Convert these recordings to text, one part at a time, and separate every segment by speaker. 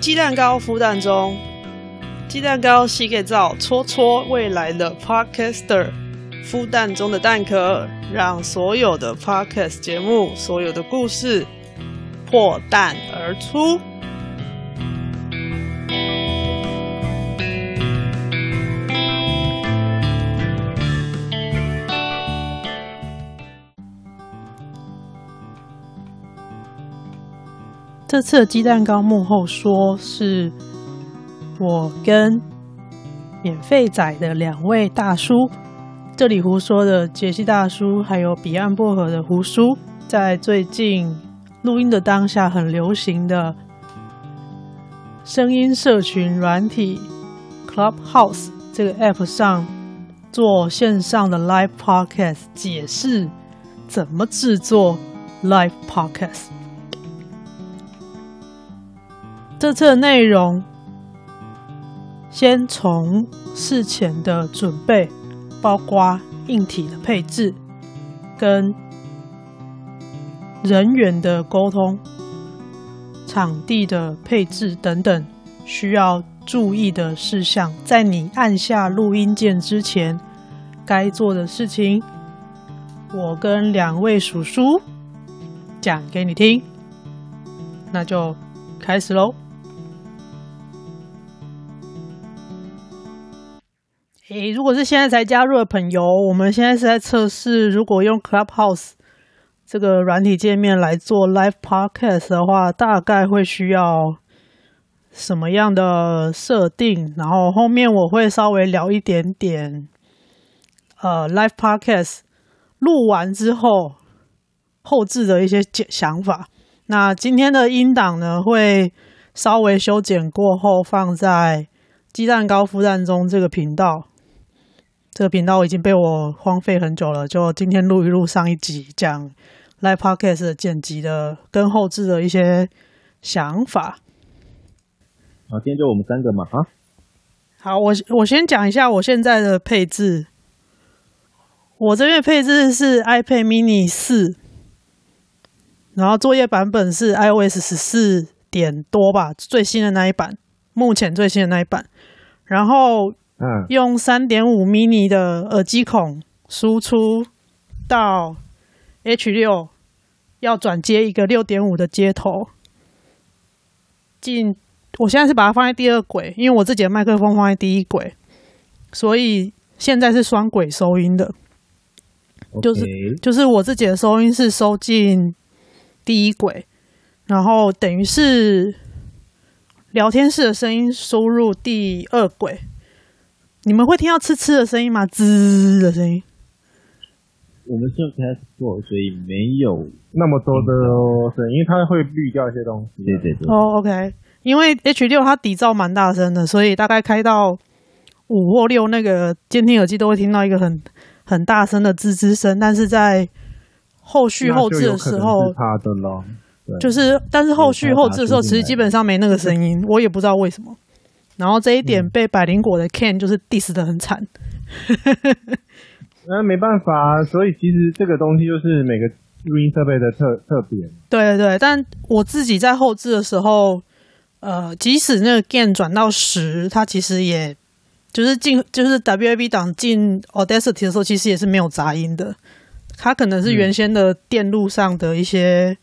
Speaker 1: 鸡蛋糕孵蛋中，鸡蛋糕洗给造搓搓未来的 Podcaster，孵蛋中的蛋壳，让所有的 Podcast 节目、所有的故事破蛋而出。这次的鸡蛋糕幕后说是我跟免费仔的两位大叔，这里胡说的杰西大叔，还有彼岸薄荷的胡叔，在最近录音的当下很流行的声音社群软体 Clubhouse 这个 app 上做线上的 live podcast，解释怎么制作 live podcast。这次的内容先从事前的准备，包括硬体的配置跟人员的沟通、场地的配置等等需要注意的事项，在你按下录音键之前该做的事情，我跟两位叔叔讲给你听。那就开始喽。诶，如果是现在才加入的朋友，我们现在是在测试，如果用 Clubhouse 这个软体界面来做 Live Podcast 的话，大概会需要什么样的设定？然后后面我会稍微聊一点点，呃，Live Podcast 录完之后后置的一些解想法。那今天的音档呢，会稍微修剪过后放在鸡蛋糕孵蛋中这个频道。这个频道已经被我荒废很久了，就今天录一录上一集讲 Live Podcast 的剪辑的跟后置的一些想法。
Speaker 2: 啊，今天就我们三个嘛啊，
Speaker 1: 好，我我先讲一下我现在的配置。我这边的配置是 iPad mini 四，然后作业版本是 iOS 十四点多吧，最新的那一版，目前最新的那一版。然后
Speaker 2: 嗯，
Speaker 1: 用三点五 mini 的耳机孔输出到 H 六，要转接一个六点五的接头进。我现在是把它放在第二轨，因为我自己的麦克风放在第一轨，所以现在是双轨收音的。就是
Speaker 2: OK
Speaker 1: 就是我自己的收音是收进第一轨，然后等于是聊天室的声音输入第二轨。你们会听到呲呲的声音吗？滋的声音。
Speaker 2: 我们是用 test 做，所以没有那么多的声，因为它会滤掉一些东西。对啊对对，
Speaker 1: 哦、o k 因为 H 六它底噪蛮大声的，所以大概开到五或六那个监听耳机都会听到一个很很大声的吱吱声，但是在后续后置的时候，
Speaker 2: 它的咯，对
Speaker 1: 就是，但是后续
Speaker 2: 有差
Speaker 1: 后置的时候，其
Speaker 2: 就是
Speaker 1: 实基本上没那个声
Speaker 2: 嗯
Speaker 1: 音，我也不知道为什么。然后这一点被百灵果的 Ken 就是 diss 的很惨，
Speaker 2: 那、没办法，所以其实这个东西就是每个录音设备的特特点。
Speaker 1: 对对对。但我自己在后置的时候，呃，即使那个 Ken 转到十，它其实也就是进就是 WAV 档进 Audacity 的时候，其实也是没有杂音的。它可
Speaker 2: 嗯
Speaker 1: 能是原先的电路上的一些，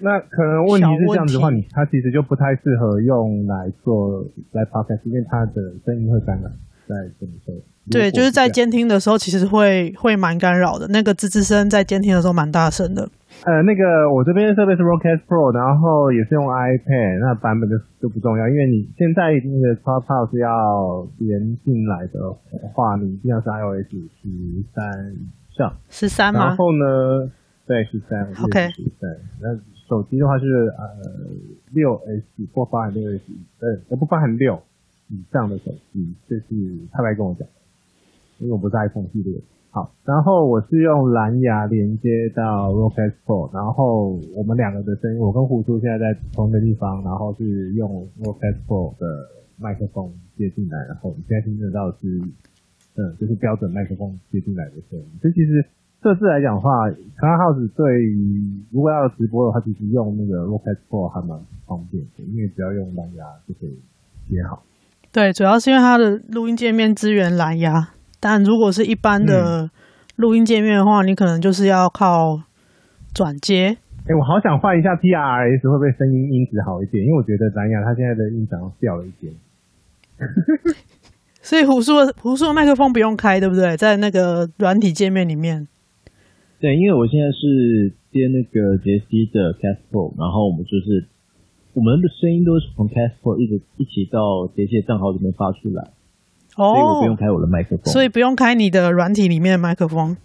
Speaker 2: 那可能问题是
Speaker 1: 小问题
Speaker 2: 这样子的话，你它其实就不太适合用来做来 podcast，因为它的声音会干扰在怎么说？
Speaker 1: 对，就是在
Speaker 2: 监
Speaker 1: 监听的时候，其实会会蛮干扰的。那个吱吱声在监听的时候蛮大声的。
Speaker 2: 呃，那个我这边的设备是 Rocket Pro，然后也是用 iPad，那版本就就不重要，因为你现在那个 Clubhouse 要连进来的话，你一定要是 iOS 十三以上。
Speaker 1: 十三吗？
Speaker 2: 然后呢，对，十三
Speaker 1: OK
Speaker 2: 十三。那手机的话是呃六 S 不包含六 S，呃呃不包含六以上的手机，这是他来跟我讲，因为我不是 iPhone 系列。好，然后我是用蓝牙连接到 Rocket Pro，然后我们两个的声音，我跟胡叔现在在同一个地方，然后是用 Rocket Pro 的麦克风接进来，呃然后你现在听得到是，嗯，就是标准麦克风接进来的声音。这其实设置来讲的话 c l u b House 对于如果要直播的话，其实用那个 Rocket Pro 还蛮方便的，因为只要用蓝牙就可以接好。
Speaker 1: 对，主要是因为它的录音界面支援蓝牙，但如果是一般
Speaker 3: 嗯
Speaker 1: 的录音界面的话，你可能就是要靠转接。
Speaker 2: 哎、我好想换一下 PRS，会不会声音音质好一点？因为我觉得蓝牙它现在的音响掉了一点。
Speaker 1: 所以胡叔的胡叔的麦克风不用开，对不对？在那个软体界面里面，
Speaker 3: 对，因为我现在是接那个杰西的 Caspo，然后我们就是我们的声音都是从 Caspo 一直一起到杰西的账号这边发出来，所以我不用
Speaker 1: 哦，
Speaker 3: 开我的麦克风。
Speaker 1: 所以不用开你的软体里面的麦克风，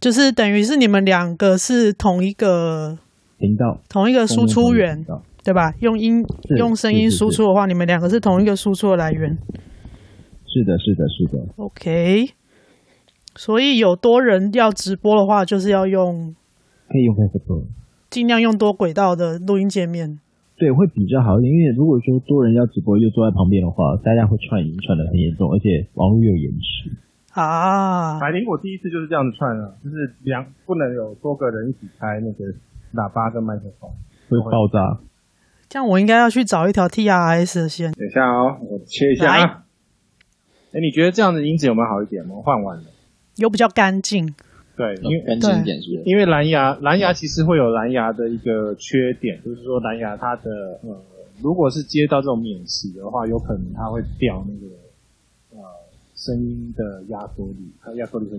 Speaker 1: 就是等于是你们两个是同一个
Speaker 3: 频道
Speaker 1: 同一个输出源
Speaker 3: 频，道
Speaker 1: 对吧？用音
Speaker 3: 是
Speaker 1: 用声
Speaker 3: 是
Speaker 1: 音
Speaker 3: 是
Speaker 1: 输出的话，你们两个是同一个输出的来源。
Speaker 3: 是的，是的，是的，
Speaker 1: OK，所以有多人要直播的话，就是要用
Speaker 3: 可以用 Caspo。
Speaker 1: 尽量用多轨道的录音界面。
Speaker 3: 对，会比较好一点，因为如果说多人要直播又坐在旁边的话，大家会串音串的很严重，而且网络又有延迟。
Speaker 1: 啊，
Speaker 2: 百灵果第一次就是这样子串了，就是两不能有多个人一起开那个喇叭跟麦克风。
Speaker 3: 会爆炸。
Speaker 1: 这样我应该要去找一条 TRS 的线。
Speaker 2: 等一下哦，我切一下啊。哎、你觉得这样的音质有没有好一点吗？我换完了。
Speaker 1: 有比较干净，
Speaker 2: 对，因为
Speaker 4: 干净一点是不是？
Speaker 2: 因为蓝牙蓝牙其实会有蓝牙的一个缺点，就是说蓝牙它的呃，如果是接到这种免洗的话，有可能它会掉那个呃声音的压缩率，它压缩率会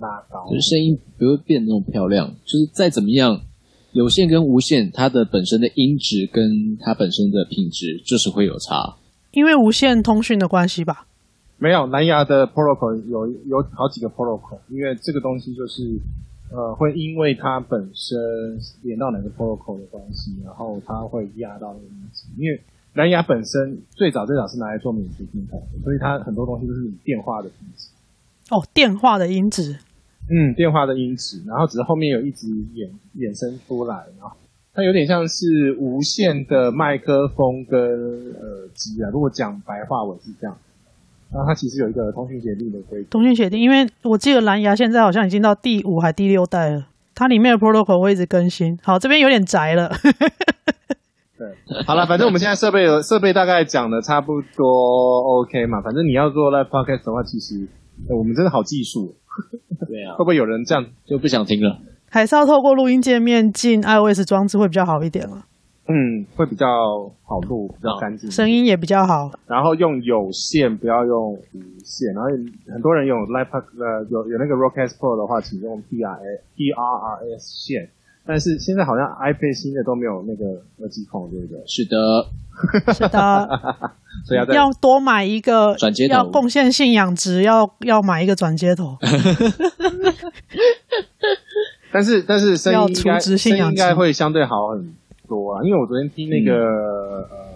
Speaker 2: 拉高。
Speaker 4: 就是声音不会变得那么漂亮，就是再怎么样，有线跟无线它的本身的音质跟它本身的品质就是会有差。
Speaker 1: 因为无线通讯的关系吧。
Speaker 2: 没有蓝牙的 protocol 有有好几个 protocol，因为这个东西就是呃会因为它本身连到哪个 protocol 的关系，然后它会压到那个音质。因为蓝牙本身最早最早是拿来做免提平台的，所以它很多东西都是以电话的音质，
Speaker 1: 哦，电话的音质，
Speaker 2: 嗯，电话的音质，然后只是后面有一直衍衍生出来，然后它有点像是无线的麦克风跟耳机啊。如果讲白话文是这样，然后它其实有一个通讯协定的规定。
Speaker 1: 通讯协定。因为我记得蓝牙现在好像已经到第五还第六代了，它里面的 protocol 会一直更新。好，这边有点宅了。
Speaker 2: 对，好了，反正我们现在设备有设备大概讲的差不多 OK 嘛。反正你要做 live podcast 的话，其实、呃我们真的好技术，
Speaker 4: 对啊
Speaker 2: 会，不会有人这样？
Speaker 4: 就不想听了。
Speaker 1: 还是要透过录音界面进 iOS 装置会比较好一点啊了，
Speaker 2: 嗯，会比较好录，比较干净。
Speaker 1: 声音也比较好。
Speaker 2: 然后用有线，不要用无线。然后很多人用 live pod 呃有有那个 Rockcast Pro 的话，请用 D R A D R R S 线。但是现在好像 iPad 新的都没有那个耳机孔，对不对？
Speaker 4: 是的，
Speaker 1: 是的，
Speaker 2: 所以要
Speaker 1: 嗯
Speaker 2: 再
Speaker 1: 要多买一个
Speaker 4: 啊转接头
Speaker 1: 要贡献信仰值，要要买一个转接 头。
Speaker 2: 但是但是声音
Speaker 1: 要
Speaker 2: 应该
Speaker 1: 除质
Speaker 2: 声
Speaker 1: 性嗯
Speaker 2: 音
Speaker 1: 养
Speaker 2: 应
Speaker 1: 殖
Speaker 2: 该会相对好很多啊，因为我昨天听那个、
Speaker 1: 嗯
Speaker 2: 呃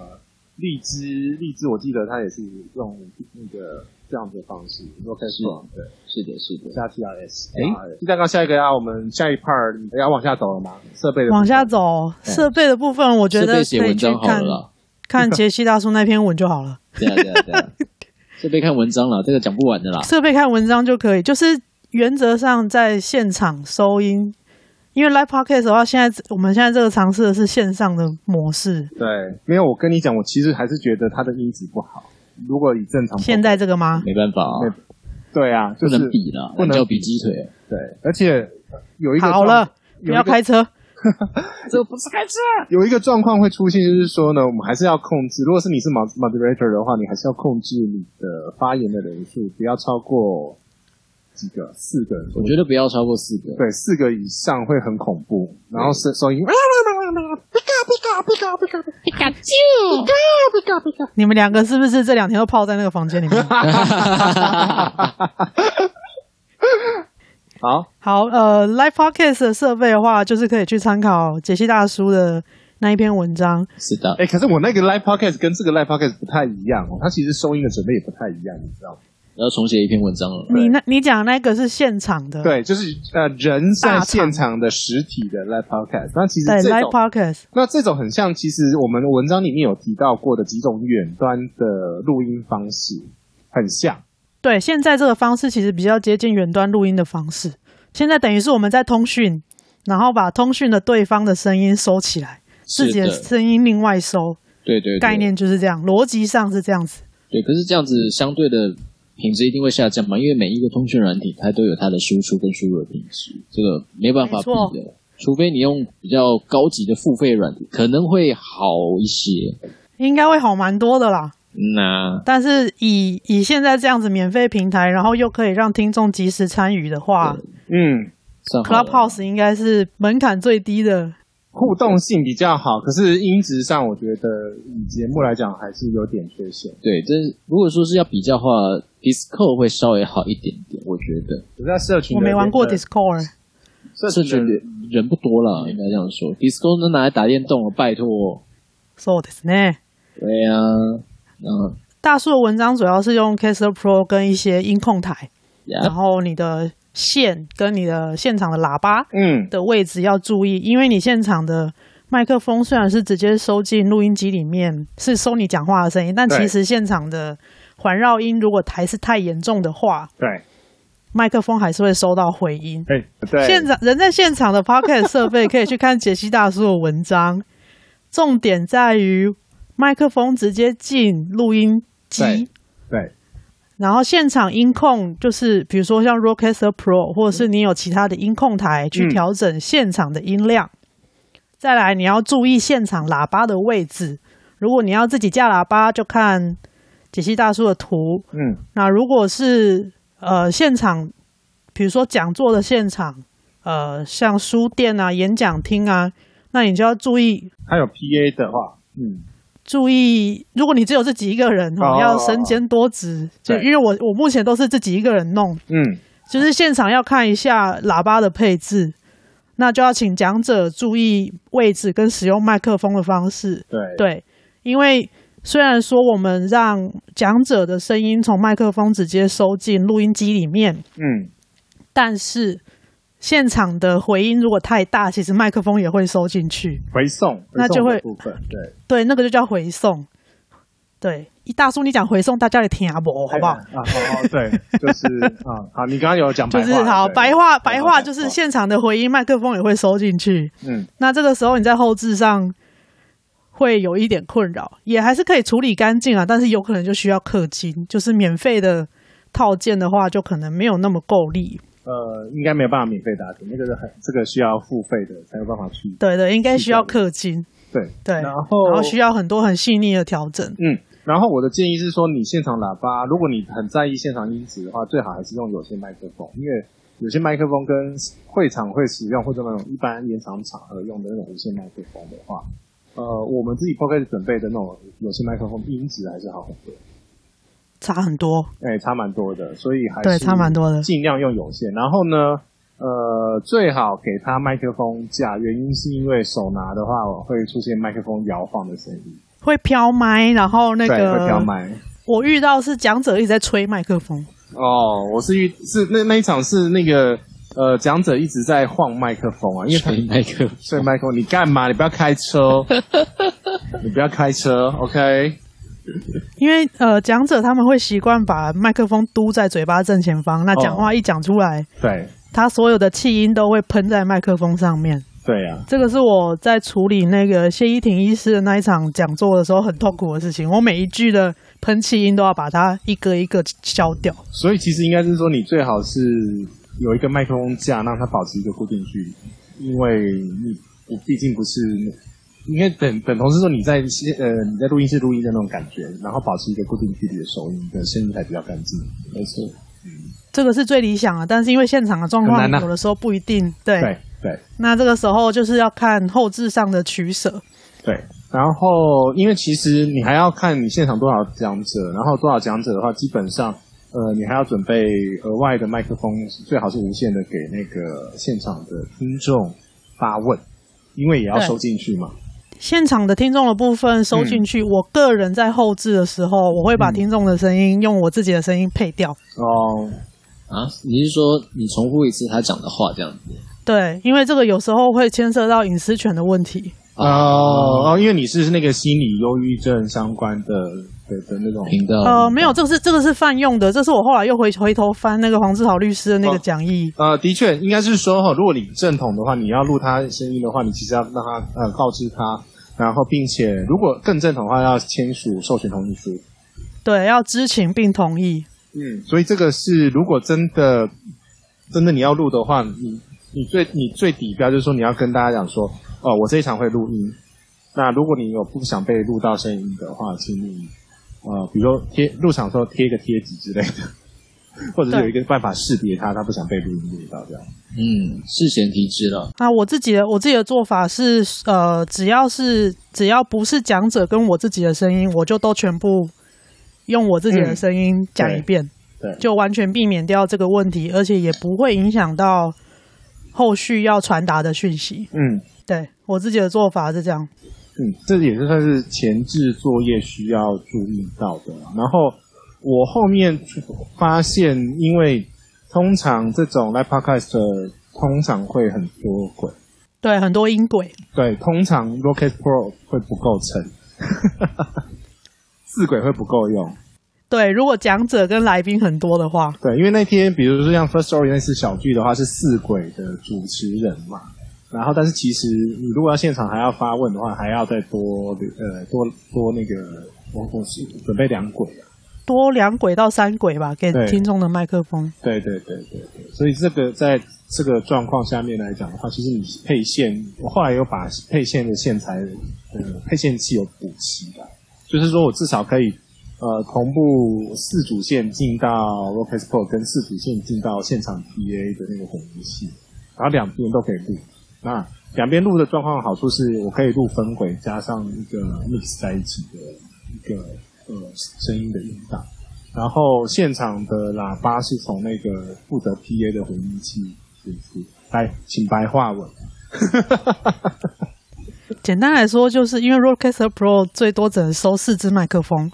Speaker 2: 荔枝荔枝，我记得它也是用那个这样子的方式，你说开始
Speaker 4: 是啊
Speaker 2: 对
Speaker 4: 是的，是
Speaker 1: 啊
Speaker 4: 的。
Speaker 2: 加 T R S，
Speaker 4: 诶
Speaker 2: 哎，蛋糕下一个啊，我们下一 part 你要往下走了吗？设备的部分
Speaker 1: 往下走，设备的部分我觉
Speaker 4: 设
Speaker 1: 得
Speaker 4: 备写
Speaker 1: 可以
Speaker 4: 文
Speaker 1: 去
Speaker 4: 章好
Speaker 1: 看
Speaker 4: 了啦，
Speaker 1: 看杰西大叔那篇文就好了。
Speaker 4: 对啊，对啊，对啊。设备看文章啦，这个讲不完的啦。
Speaker 1: 设备看文章就可以，就是原则上在现场收音，因为 live podcast 的话，现在我们现在这个尝试的是线上的模式。
Speaker 2: 对，没有，我跟你讲，我其实还是觉得它的音质不好。如果以正常
Speaker 1: 现在这个吗？
Speaker 4: 没办法啊，
Speaker 2: 对啊，
Speaker 4: 不
Speaker 2: 就是
Speaker 4: 能比啦，
Speaker 2: 不能
Speaker 4: 叫比鸡腿。
Speaker 2: 对，而且有一个
Speaker 1: 好了，不
Speaker 2: 有一个
Speaker 1: 要开车。
Speaker 4: 这不是开车。
Speaker 2: 有一个状况会出现，就是说呢，我们还是要控制。如果是你是 mod- moderator 的话，你还是要控制你的发言的人数，不要超过几个，四个人。
Speaker 4: 我觉得不要超过四个。
Speaker 2: 对，四个以上会很恐怖。然后收 收音，
Speaker 1: 你们两个是不是这两天都泡在那个房间里面？
Speaker 2: 好，
Speaker 1: 好，呃，Live Podcast 的设备的话，就是可以去参考杰西大叔的那一篇文章。
Speaker 4: 是的，
Speaker 2: 哎、可是我那个 live podcast 跟这个 live podcast 不太一样哦，它其实收音的准备也不太一样，你知道
Speaker 1: 嗯
Speaker 2: 吗？
Speaker 4: 要重写一篇文章了。
Speaker 1: 你那，你讲那个是现场的，
Speaker 2: 对，就是呃，人在
Speaker 1: 大场
Speaker 2: 现场的实体的 live podcast，那其实
Speaker 1: 对
Speaker 2: 这
Speaker 1: ，Live
Speaker 2: 种
Speaker 1: Podcast
Speaker 2: 那这种很像，其实我们文章里面有提到过的几种远端的录音方式，很像。
Speaker 1: 对，现在这个方式其实比较接近远端录音的方式，现在等于是我们在通讯，然后把通讯的对方的声音收起来，自己的
Speaker 4: 是的，
Speaker 1: 声音另外收，
Speaker 4: 对对对
Speaker 1: 概念就是这样，逻辑上是这样子。
Speaker 4: 对，可是这样子相对的品质一定会下降嘛，因为每一个通讯软体它都有它的输出跟输入的品质，这个没办
Speaker 1: 没
Speaker 4: 法比
Speaker 1: 错
Speaker 4: 的。除非你用比较高级的付费软体，可能会好一些。
Speaker 1: 应该会好蛮多的啦，
Speaker 4: 那
Speaker 1: 但是以以现在这样子免费平台，然后又可以让听众及时参与的话
Speaker 2: 嗯，
Speaker 4: 算好了
Speaker 1: ，Clubhouse 应该是门槛最低的。
Speaker 2: 互动性比较好，可是音质上我觉得以节目来讲还是有点缺陷。
Speaker 4: 对，这如果说是要比较的话，Discord 会稍微好一点点，我觉得。
Speaker 2: 我在社群
Speaker 1: 我
Speaker 2: 的
Speaker 1: 没玩过
Speaker 2: 那个
Speaker 1: Discord，
Speaker 2: 社
Speaker 4: 社
Speaker 2: 群
Speaker 4: 群
Speaker 2: 的
Speaker 4: 人人不多了，应该这样说。Discord 能拿来打电动了，拜托。
Speaker 1: そうですね。
Speaker 4: 对呀、啊，嗯，
Speaker 1: 大树的文章主要是用 Kessler Pro 跟一些音控台，然后你的线跟你的现场的喇叭
Speaker 2: 嗯，
Speaker 1: 的位置要注意，因为你现场的麦克风虽然是直接收进录音机里面，是收你讲话的声音，但
Speaker 2: 对
Speaker 1: 其实现场的环绕音如果台是太严重的话，
Speaker 2: 对
Speaker 1: 麦克风还是会收到回音。
Speaker 5: 哎、
Speaker 2: 哎对，
Speaker 1: 现场人在现场的 Podcast 设备可以去看解析大叔的文章，重点在于麦克风直接进录音机
Speaker 2: 对，
Speaker 5: 对，
Speaker 1: 然后现场音控就是比如说像 Rodecaster Pro，或者是你有其他的音控台去
Speaker 2: 嗯
Speaker 1: 调整现场的音量。再来，你要注意现场喇叭的位置，如果你要自己架喇叭，就看解析大叔的图，
Speaker 2: 嗯
Speaker 1: 那如果是呃现场，比如说讲座的现场，呃，像书店啊、演讲厅啊，那你就要注意
Speaker 2: 还有 PA 的话，嗯，
Speaker 1: 注意，如果你只有自己一个人哦，
Speaker 2: 哦
Speaker 1: 要身兼多职。就
Speaker 2: 对
Speaker 1: 因为我我目前都是自己一个人弄，
Speaker 2: 嗯，
Speaker 1: 就是现场要看一下喇叭的配置，那就要请讲者注意位置跟使用麦克风的方式。
Speaker 2: 对
Speaker 1: 对，因为虽然说我们让讲者的声音从麦克风直接收进录音机里面，
Speaker 2: 嗯，
Speaker 1: 但是现场的回音如果太大，其实麦克风也会收进去，
Speaker 2: 回送，
Speaker 1: 那就会
Speaker 2: 回送的部分，对，
Speaker 1: 对，那个就叫回送。对，一大叔，你讲回送，大家也听阿伯，好不好
Speaker 2: 啊？？好好，对，就是啊，好，你刚刚有讲白
Speaker 1: 就
Speaker 2: 话，
Speaker 1: 是好
Speaker 2: 对
Speaker 1: 白话，白话
Speaker 2: 话
Speaker 1: 就是现场的回音，麦克风也会收进去。
Speaker 2: 嗯，
Speaker 1: 那这个时候你在后置上会有一点困扰，也还是可以处理干净啊，但是有可能就需要氪金，就是免费的套件的话，就可能没有那么够力。
Speaker 2: 呃，应该没有办法免费打听，那个是很这个需要付费的才有办法去，
Speaker 1: 对的，应该需要氪金，
Speaker 2: 对，
Speaker 1: 对，
Speaker 2: 然
Speaker 1: 然
Speaker 2: 后
Speaker 1: 后需要很多很细腻的调整。
Speaker 2: 嗯，然后我的建议是说，你现场喇叭，如果你很在意现场音质的话，最好还是用有线麦克风，因为有些麦克风跟会场会使用或者那种一般演场场合用的那种无线麦克风的话，呃，我们自己 p o c k e t 准备的那种有线麦克风音质还是好很多，
Speaker 1: 差很多，
Speaker 2: 哎、差蛮多的，所以还是
Speaker 1: 对，差蛮多的。
Speaker 2: 尽量用有线。然后呢，呃，最好给它麦克风架，原因是因为手拿的话会出现麦克风摇晃的声音，
Speaker 1: 会飘麦，然后那
Speaker 2: 对，会飘
Speaker 1: 个
Speaker 2: 麦。
Speaker 1: 我遇到是讲者一直在吹麦克风，
Speaker 2: 哦，我是遇是那那一场是那个呃讲者一直在晃麦克风啊，因为他
Speaker 4: 吹麦克 风，
Speaker 2: 所以麦克风你干嘛？你不要开车哦，你不要开车，OK？
Speaker 1: 因为呃讲者他们会习惯把麦克风嘟在嘴巴正前方，那讲话一讲出来，
Speaker 2: 对
Speaker 1: 他所有的气音都会喷在麦克风上面。
Speaker 2: 对呀、啊，
Speaker 1: 这个是我在处理那个谢依婷医师的那一场讲座的时候很痛苦的事情，我每一句的喷气音都要把它一个一个消掉。
Speaker 2: 所以其实应该是说你最好是有一个麦克风架，让它保持一个固定距离，因为你我毕竟不是。应该等等同是说你在呃你在录音室录音的那种感觉，然后保持一个固定距离的收音，你的声音才比较干净。没错，
Speaker 1: 这个是最理想的，但是因为现场的状况
Speaker 2: 很难啊
Speaker 1: 有的时候不一定，对，
Speaker 2: 对对。
Speaker 1: 那这个时候就是要看后置上的取舍。
Speaker 2: 对，然后因为其实你还要看你现场多少讲者，然后多少讲者的话，基本上呃你还要准备额外的麦克风，最好是无线的给那个现场的听众发问，因为也要
Speaker 1: 对
Speaker 2: 收进去嘛。
Speaker 1: 现场的听众的部分收进去，我个人在后置的时候，我会把听众的声音用我自己的声音配掉。
Speaker 2: 哦，
Speaker 4: 啊，你是说你重复一次他讲的话这样子？
Speaker 1: 对，因为这个有时候会牵涉到隐私权的问题。
Speaker 2: 呃哦哦，因为你是那个心理忧郁症相关的的的那种。
Speaker 4: 频道
Speaker 1: 呃，没有，这个是这个是泛用的，这是我后来又回回头翻那个黄志豪律师的那个讲义。
Speaker 2: 呃，的确，应该是说哈，如果你正统的话，你要录他声音的话，你其实要让他呃告知他，然后并且如果更正统的话，要签署授权同意书。
Speaker 1: 对，要知情并同意。
Speaker 2: 嗯，所以这个是如果真的真的你要录的话，你你最你最底标就是说你要跟大家讲说，哦，我这一场会录音。那如果你有不想被录到声音的话，请你呃，比如说贴入场的时候贴一个贴纸之类的， 或者是有一个办法识别他，他不想被录音录到这样。
Speaker 4: 嗯，事前提知了，
Speaker 1: 那我自己的我自己的做法是，呃，只要是只要不是讲者跟我自己的声音，我就都全部用我自己的声音讲一遍，
Speaker 2: 嗯对对
Speaker 1: 就完全避免掉这个问题，而且也不会影响到后续要传达的讯息。
Speaker 2: 嗯
Speaker 1: 对我自己的做法是这样，
Speaker 2: 嗯，这也是算是前置作业需要注意到的。啊然后我后面发现，因为通常这种 live podcast 通常会很多鬼，
Speaker 1: 对很多音轨，
Speaker 2: 对，通常 Rocket Pro 会不够撑， 四轨会不够用。
Speaker 1: 对，如果讲者跟来宾很多的话，
Speaker 2: 对，因为那天比如说像 First Story 那次小剧的话，是四轨的主持人嘛，然后但是其实你如果要现场还要发问的话，还要再多呃多多那个，我我是准备两轨啊。
Speaker 1: 多两轨到三轨吧，给
Speaker 2: 对
Speaker 1: 听众的麦克风。
Speaker 2: 对对对对对，所以这个在这个状况下面来讲的话，其实你配线，我后来有把配线的线材，呃，配线器有补齐的，就是说我至少可以呃同步四组线进到 r o c k e t Pro 跟四组线进到现场 PA 的那个混合器，然后两边都可以录。那两边录的状况好处是我可以录分轨加上一个 mix 在一起的一个呃声音的音档。然后现场的喇叭是从那个负责 PA 的回音器输出，来，请白 话文。
Speaker 1: 简单来说，就是因为 Rodecaster Pro 最多只能收四支麦克风。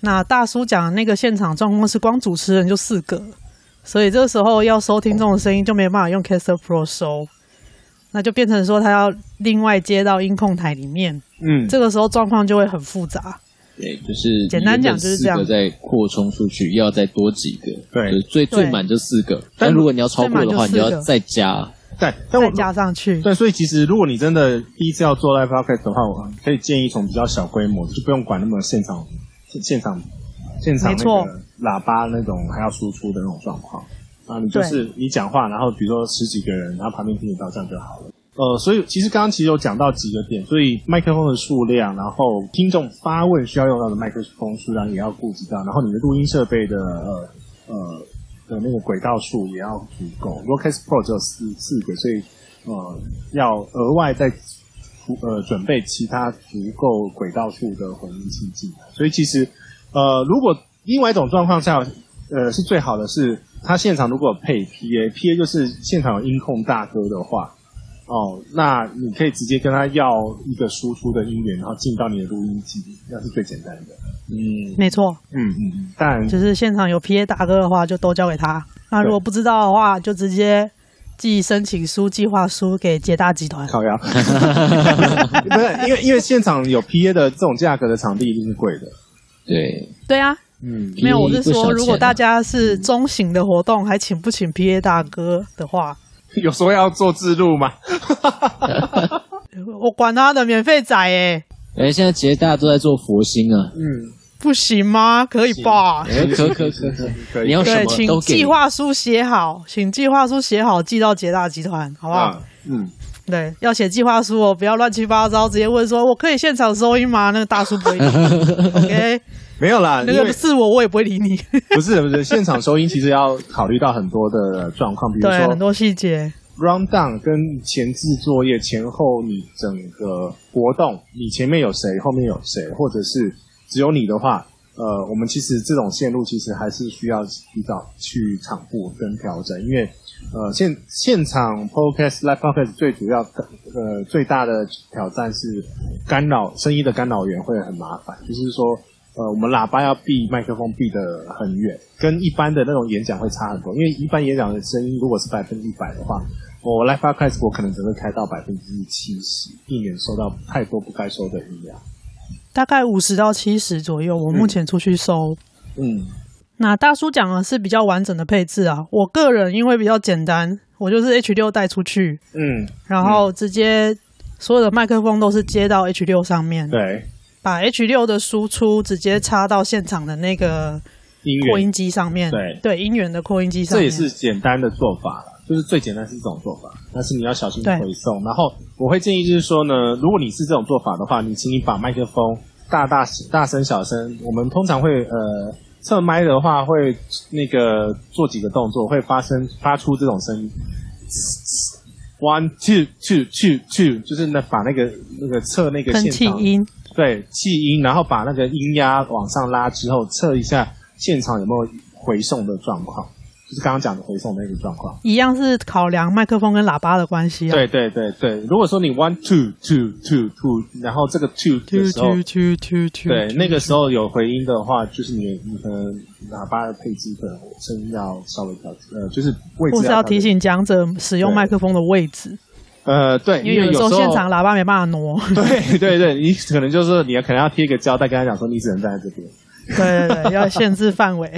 Speaker 1: 那大叔讲的那个现场状况是，光主持人就四个，所以这个时候要收听众的声音就没办法用 Caster Pro 收，那就变成说他要另外接到音控台里面，
Speaker 2: 嗯，
Speaker 1: 这个时候状况就会很复杂。
Speaker 4: 对，就是
Speaker 1: 简单讲就是这样
Speaker 4: 你原本四个再扩充出去，要再多几个，
Speaker 2: 对
Speaker 4: 就是最
Speaker 1: 对
Speaker 4: 最满就四个。
Speaker 2: 但
Speaker 4: 但如果你要超过的话，你
Speaker 1: 最满就四个
Speaker 4: 要再加。
Speaker 2: 对，但
Speaker 1: 再
Speaker 2: 我
Speaker 1: 加上去，
Speaker 2: 对，所以其实如果你真的第一次要做 live podcast 的话，我可以建议从比较小规模，就不用管那么现场、现场、现场
Speaker 1: 没
Speaker 2: 那
Speaker 1: 错
Speaker 2: 个喇叭那种还要输出的那种状况。啊，你就是你讲话，然后比如说十几个人，然后旁边听得到，这样就好了。呃，所以其实刚刚其实有讲到几个点，所以麦克风的数量，然后听众发问需要用到的麦克风数量也要顾及到，然后你的录音设备的呃呃的那个轨道数也要足够。Rocket Pro 只有四四个，所以呃要额外再呃准备其他足够轨道数的混音器进来。所以其实呃，如果另外一种状况下，呃，是最好的是，他现场如果有配 PA，PA 就是现场有音控大哥的话，哦，那你可以直接跟他要一个输出的音源，然后进到你的录音机，那是最简单的。
Speaker 4: 嗯，
Speaker 1: 没错，
Speaker 2: 嗯嗯嗯，但
Speaker 1: 就是现场有 PA 大哥的话，就都交给他。那如果不知道的话，就直接寄申请书、计划书给捷大集团。
Speaker 2: 烤鸭， 不是因为因为现场有 PA 的这种价格的场地一定是贵的。
Speaker 4: 对，
Speaker 1: 对啊，
Speaker 2: 嗯，
Speaker 1: 没有，我
Speaker 4: 便宜
Speaker 1: 是
Speaker 4: 不少
Speaker 1: 说，如果
Speaker 4: 钱啊
Speaker 1: 大家是中型的活动，还请不请 PA 大哥的话，
Speaker 2: 有说要做自录 吗？
Speaker 1: 我管他的免费仔哎，
Speaker 4: 哎，现在其实大家都在做佛心啊，
Speaker 2: 嗯，
Speaker 1: 不行吗？可以吧？
Speaker 4: 哎可可可可，
Speaker 2: 可以
Speaker 4: 你要什
Speaker 1: 对，
Speaker 4: 么
Speaker 1: 请
Speaker 4: 都给
Speaker 1: 计。划书写好，请计划书写好，寄到捷大集团，好不好？
Speaker 2: 啊，嗯，
Speaker 1: 对，要写计划书哦，不要乱七八糟，直接问说我可以现场收音吗？那个大叔不会理你 ，OK，
Speaker 2: 没有啦，
Speaker 1: 那
Speaker 2: 因
Speaker 1: 个
Speaker 2: 为
Speaker 1: 是我，我也不会理你。
Speaker 2: 不是不是，现场收音其实要考虑到很多的状况，比如
Speaker 1: 对，
Speaker 2: 说
Speaker 1: 很多细节，
Speaker 2: round down 跟前置作业前后，你整个活动，你前面有谁，后面有谁，或者是只有你的话，呃，我们其实这种线路其实还是需要提早去场部跟调整，因为呃现现场 podcast live podcast 最主要的呃最大的挑战是干扰声音的干扰源会很麻烦，就是说。呃，我们喇叭要避麦克风避得很远，跟一般的那种演讲会差很多。因为一般演讲的声音如果是百分之一百的话，我 live podcast 我可能只会开到百分之七十，避免收到太多不该收的音量。
Speaker 1: 大概五十到七十左右。我目前出去收，
Speaker 2: 嗯，
Speaker 1: 那大叔讲的是比较完整的配置啊。我个人因为比较简单，我就是 H 六带出去，
Speaker 2: 嗯，
Speaker 1: 然后直接所有的麦克风都是接到 H 六上面，
Speaker 2: 对，
Speaker 1: 把 H 六的输出直接插到现场的那个
Speaker 2: 音
Speaker 1: 扩
Speaker 2: 乐
Speaker 1: 音机上面，
Speaker 2: 对
Speaker 1: 对，音源的扩音机上
Speaker 2: 这
Speaker 1: 面，
Speaker 2: 也是简单的做法了，就是最简单是这种做法，但是你要小心
Speaker 1: 对
Speaker 2: 回送。然后我会建议就是说呢，如果你是这种做法的话，你请你把麦克风大大大声小声，我们通常会呃侧麦的话会那个做几个动作，会发生发出这种声音。One two two two two，就是那把那个那个测那个
Speaker 1: 喷
Speaker 2: 现
Speaker 1: 气
Speaker 2: 场
Speaker 1: 音，
Speaker 2: 对气音，然后把那个音压往上拉之后，测一下现场有没有回送的状况，就是刚刚讲的回送那个状况。
Speaker 1: 一样是考量麦克风跟喇叭的关系啊。
Speaker 2: 对对对对，如果说你 one two two two two，然后这个 two 的时候，
Speaker 1: 啾啾啾
Speaker 2: 对那个时候有回音的话，就是你你可能喇叭的配置可能声音要稍微调，呃，就是位置
Speaker 1: 或是要
Speaker 2: 调
Speaker 1: 提
Speaker 2: 整。
Speaker 1: 醒讲者使用
Speaker 2: 对
Speaker 1: 麦克风的位置，
Speaker 2: 呃，对，
Speaker 1: 因
Speaker 2: 因
Speaker 1: 为
Speaker 2: 为
Speaker 1: 有的时候
Speaker 2: 时候
Speaker 1: 现场喇叭没办法挪。
Speaker 2: 对对对，你可能就是你可能要贴一个胶带跟他讲说你只能站在这边。
Speaker 1: 对对对，要限制范围。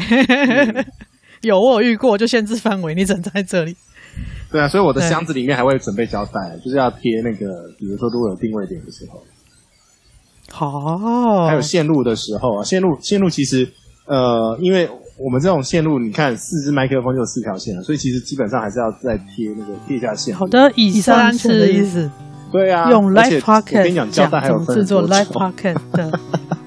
Speaker 1: 有我有遇过，就限制范围，你只能在这里。
Speaker 2: 对啊，所以我的
Speaker 1: 对
Speaker 2: 箱子里面还会准备胶带，就是要贴那个，比如说如果有定位点的时候，
Speaker 1: 好，哦
Speaker 2: 还有线路的时候啊，线路线路其实呃，因为我们这种线路，你看四支麦克风就有四条线了，所以其实基本上还是要再贴那个贴一下线。
Speaker 1: 好，的，以上
Speaker 6: 上线
Speaker 1: 是
Speaker 6: 的
Speaker 1: 意
Speaker 6: 意
Speaker 1: 思，
Speaker 2: 对啊，
Speaker 1: 用
Speaker 2: 而且
Speaker 1: Live
Speaker 2: 我跟你
Speaker 1: Pocket
Speaker 2: 讲，胶带还
Speaker 1: 怎
Speaker 2: 有
Speaker 1: 么
Speaker 2: 分
Speaker 1: 制作
Speaker 2: 很多
Speaker 1: Live
Speaker 2: 种
Speaker 1: Pocket 的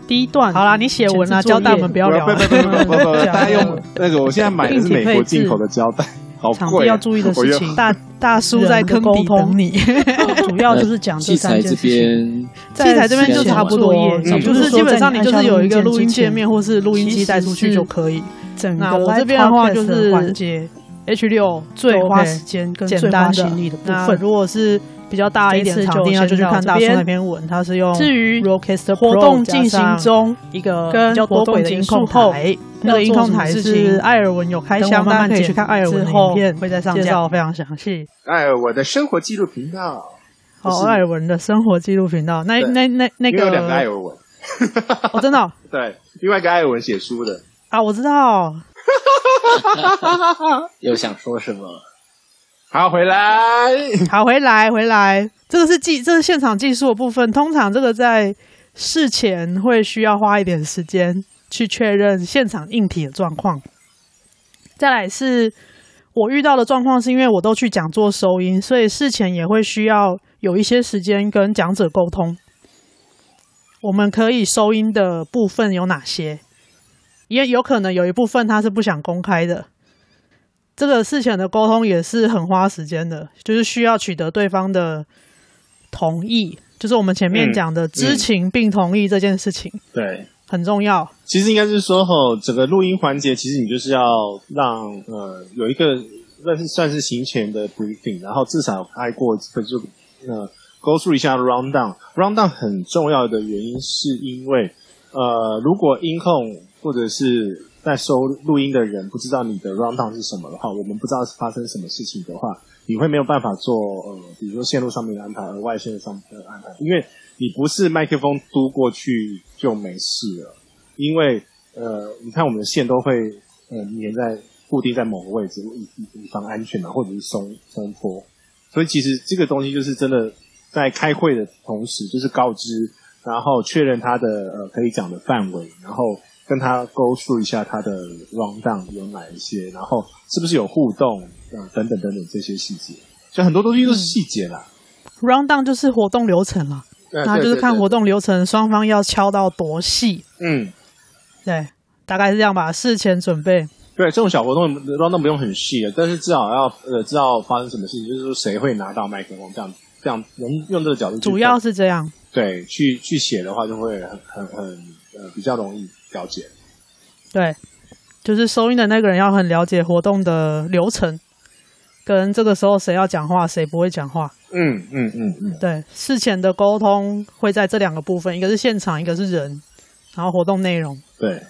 Speaker 1: 第一段。好啦，你写文啊，
Speaker 6: 前置
Speaker 1: 交
Speaker 6: 作业
Speaker 1: 代我们不要聊
Speaker 2: 不
Speaker 1: 了。
Speaker 2: 不不不 不不，不大家
Speaker 1: 讲
Speaker 2: 用那个，我现在买的是美国进口的胶带，好
Speaker 1: 场
Speaker 2: 贵、
Speaker 1: 地
Speaker 2: 啊。
Speaker 1: 要注意的
Speaker 2: 我
Speaker 1: 事
Speaker 2: 又
Speaker 1: 情，大大叔在坑底等你。
Speaker 6: 主要就是讲
Speaker 4: 器
Speaker 6: 这三
Speaker 4: 材
Speaker 6: 件
Speaker 4: 这
Speaker 6: 事情。
Speaker 4: 边
Speaker 1: 器材这边就啊嗯差不多耶，
Speaker 6: 在
Speaker 1: 就
Speaker 6: 线上
Speaker 1: 是基本上你就是有一个录音
Speaker 6: 之前
Speaker 1: 界面或是录音机带出去就可以。
Speaker 6: 整个
Speaker 1: 那我这边的话就是
Speaker 6: live podcast 环节
Speaker 1: H 六
Speaker 6: 最花时间跟
Speaker 1: 简
Speaker 6: 最花
Speaker 1: 单
Speaker 6: 心力的部
Speaker 1: 那
Speaker 6: 分。
Speaker 1: 如果是比较大一点的场地，那就去看大叔那篇文，他是用
Speaker 6: 至于
Speaker 1: Roadcaster
Speaker 6: 活
Speaker 1: Pro
Speaker 6: 动进行
Speaker 1: 加上
Speaker 6: 中，
Speaker 1: 一个
Speaker 6: 跟
Speaker 1: 比较多轨的音控
Speaker 6: 活动
Speaker 1: 台
Speaker 6: 结。
Speaker 1: 那个音控台
Speaker 6: 要做什么事
Speaker 1: 是
Speaker 6: 情
Speaker 1: 艾尔文有开箱，
Speaker 6: 等我慢
Speaker 1: 大家
Speaker 6: 慢
Speaker 1: 可以
Speaker 6: 剪
Speaker 1: 去看艾尔文的
Speaker 6: 之后
Speaker 1: 影片，会再上
Speaker 6: 介
Speaker 1: 介
Speaker 6: 绍
Speaker 1: 绍非常详细。
Speaker 2: 哎，我的生活记录频道，
Speaker 1: 哦，艾尔文的生活记录频道，那
Speaker 2: 对
Speaker 1: 那那那
Speaker 2: 因为有两个艾
Speaker 1: 个，
Speaker 2: 尔文，
Speaker 1: 哦，真的哦
Speaker 2: 对，另外一个艾尔文写书的。
Speaker 1: 啊，我知道，
Speaker 4: 又想说什么？
Speaker 2: 好，回来。
Speaker 1: 好，回来回来，这个是技，这是现场技术的部分。通常这个在事前会需要花一点时间去确认现场硬体的状况。再来是我遇到的状况，是因为我都去讲座收音，所以事前也会需要有一些时间跟讲者沟通。我们可以收音的部分有哪些？也有可能有一部分他是不想公开的，这个事前的沟通也是很花时间的，就是需要取得对方的同意，就是我们前面
Speaker 2: 嗯
Speaker 1: 讲的知情并同意这件事情、
Speaker 2: 对，
Speaker 1: 很重要。
Speaker 2: 其实应该是说吼，整个录音环节，其实你就是要让呃有一个算是算是行前的 briefing，然后至少挨过可就呃 go through 一下 round down。round down 很重要的原因是因为呃，如果音控或者是在收录音的人不知道你的 round down 是什么的话，我们不知道是发生什么事情的话，你会没有办法做呃，比如说线路上面的安排，额外线路上面的安排，因为你不是麦克风嘟过去就没事了。因为呃，你看我们的线都会呃粘在固定在某个位置，以以以防安全嘛，或者是松松脱。所以其实这个东西就是真的在开会的同时，就是告知，然后确认他的呃可以讲的范围，然后跟他勾述一下他的呃 round down 有哪一些，然后是不是有互动，呃等等等等这些细节。所以很多东西都是细节啦，
Speaker 1: round down 就是活动流程了，
Speaker 2: 呃
Speaker 1: 那嗯啊就是看活，动流程双方要敲到多细，
Speaker 2: 对对对嗯。
Speaker 1: 对，大概是这样吧。事前准备，
Speaker 2: 对，这种小活动 round 不用很细的，但是至少要呃知道发生什么事情，就是说谁会拿到麦克风，这样这样用用这个角度去看，
Speaker 1: 主要是这样。
Speaker 2: 对去去写的话，就会很很很呃比较容易了解。
Speaker 1: 对，就是收音的那个人要很了解活动的流程，跟这个时候谁要讲话，谁不会讲话。
Speaker 2: 嗯嗯嗯嗯，
Speaker 1: 对，事前的沟通会在这两个部分，一个是现场，一个是人，然后活动内容。
Speaker 2: 对，